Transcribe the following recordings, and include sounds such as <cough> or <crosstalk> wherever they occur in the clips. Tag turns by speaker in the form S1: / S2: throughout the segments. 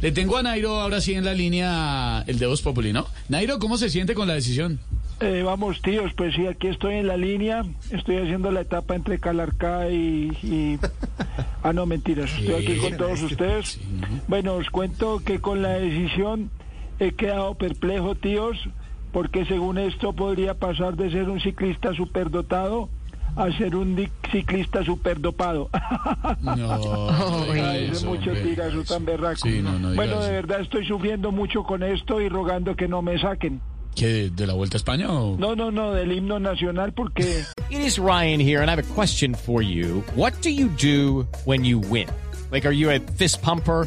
S1: Le tengo a Nairo ahora sí en la línea el de Voz Populi, ¿no? Nairo, ¿cómo se siente con la decisión?
S2: Eh, vamos tíos, pues sí, aquí estoy en la línea, estoy haciendo la etapa entre Calarcá y...
S1: <laughs>
S2: y- Ah, no, mentiras, estoy aquí con
S1: este,
S2: todos ustedes. Bueno, os cuento que con la decisión he quedado perplejo, tíos, porque según esto podría pasar de ser un ciclista superdotado a ser un di- ciclista superdopado. <laughs>
S1: No. no diga
S2: Eso es
S1: eso,
S2: mucho
S1: hombre.
S2: tirazo tan berraco.
S1: Sí, no, no diga
S2: bueno, de
S1: eso.
S2: verdad estoy sufriendo mucho con esto y rogando que no me saquen.
S1: ¿Qué, de, de la Vuelta a España o...?
S2: No, no, no, del himno nacional
S1: <laughs>
S2: porque...
S3: It is Ryan here, and I have a question for you. What do you do when you win? Like, are you a fist pumper?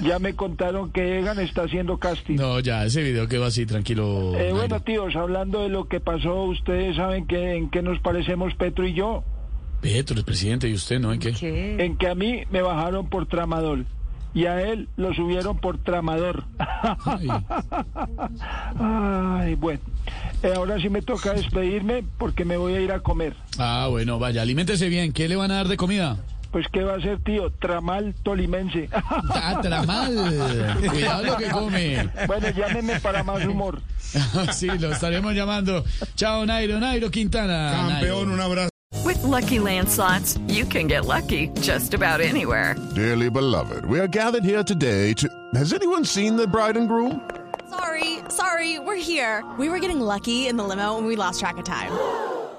S2: Ya me contaron que Egan está haciendo casting.
S1: No, ya, ese video quedó así, tranquilo.
S2: Eh, bueno,
S1: Nairo.
S2: tíos, hablando de lo que pasó, ustedes saben que en qué nos parecemos Petro y yo,
S1: Petro, el presidente, ¿y usted no? ¿En qué?
S2: en que a mí me bajaron por tramador y a él lo subieron por tramador.
S1: Ay,
S2: Ay, bueno. Eh, ahora sí me toca despedirme porque me voy a ir a comer.
S1: Ah, bueno, vaya, aliméntese bien. ¿Qué le van a dar de comida?
S2: Pues qué va a ser, tío, tramal tolimense. <laughs>
S1: Ah, tramal. Cuidado lo que come.
S2: bueno, llámeme para más humor.
S1: <laughs> sí, lo estaremos llamando. Chao, Nairo, Nairo Quintana. Campeón, una
S4: With Lucky Land slots, you can get lucky just about anywhere.
S5: Dearly beloved, we are gathered here today to. Has anyone seen the bride and groom?
S6: Sorry, sorry, we're here. We were getting lucky in the limo and we lost track of time.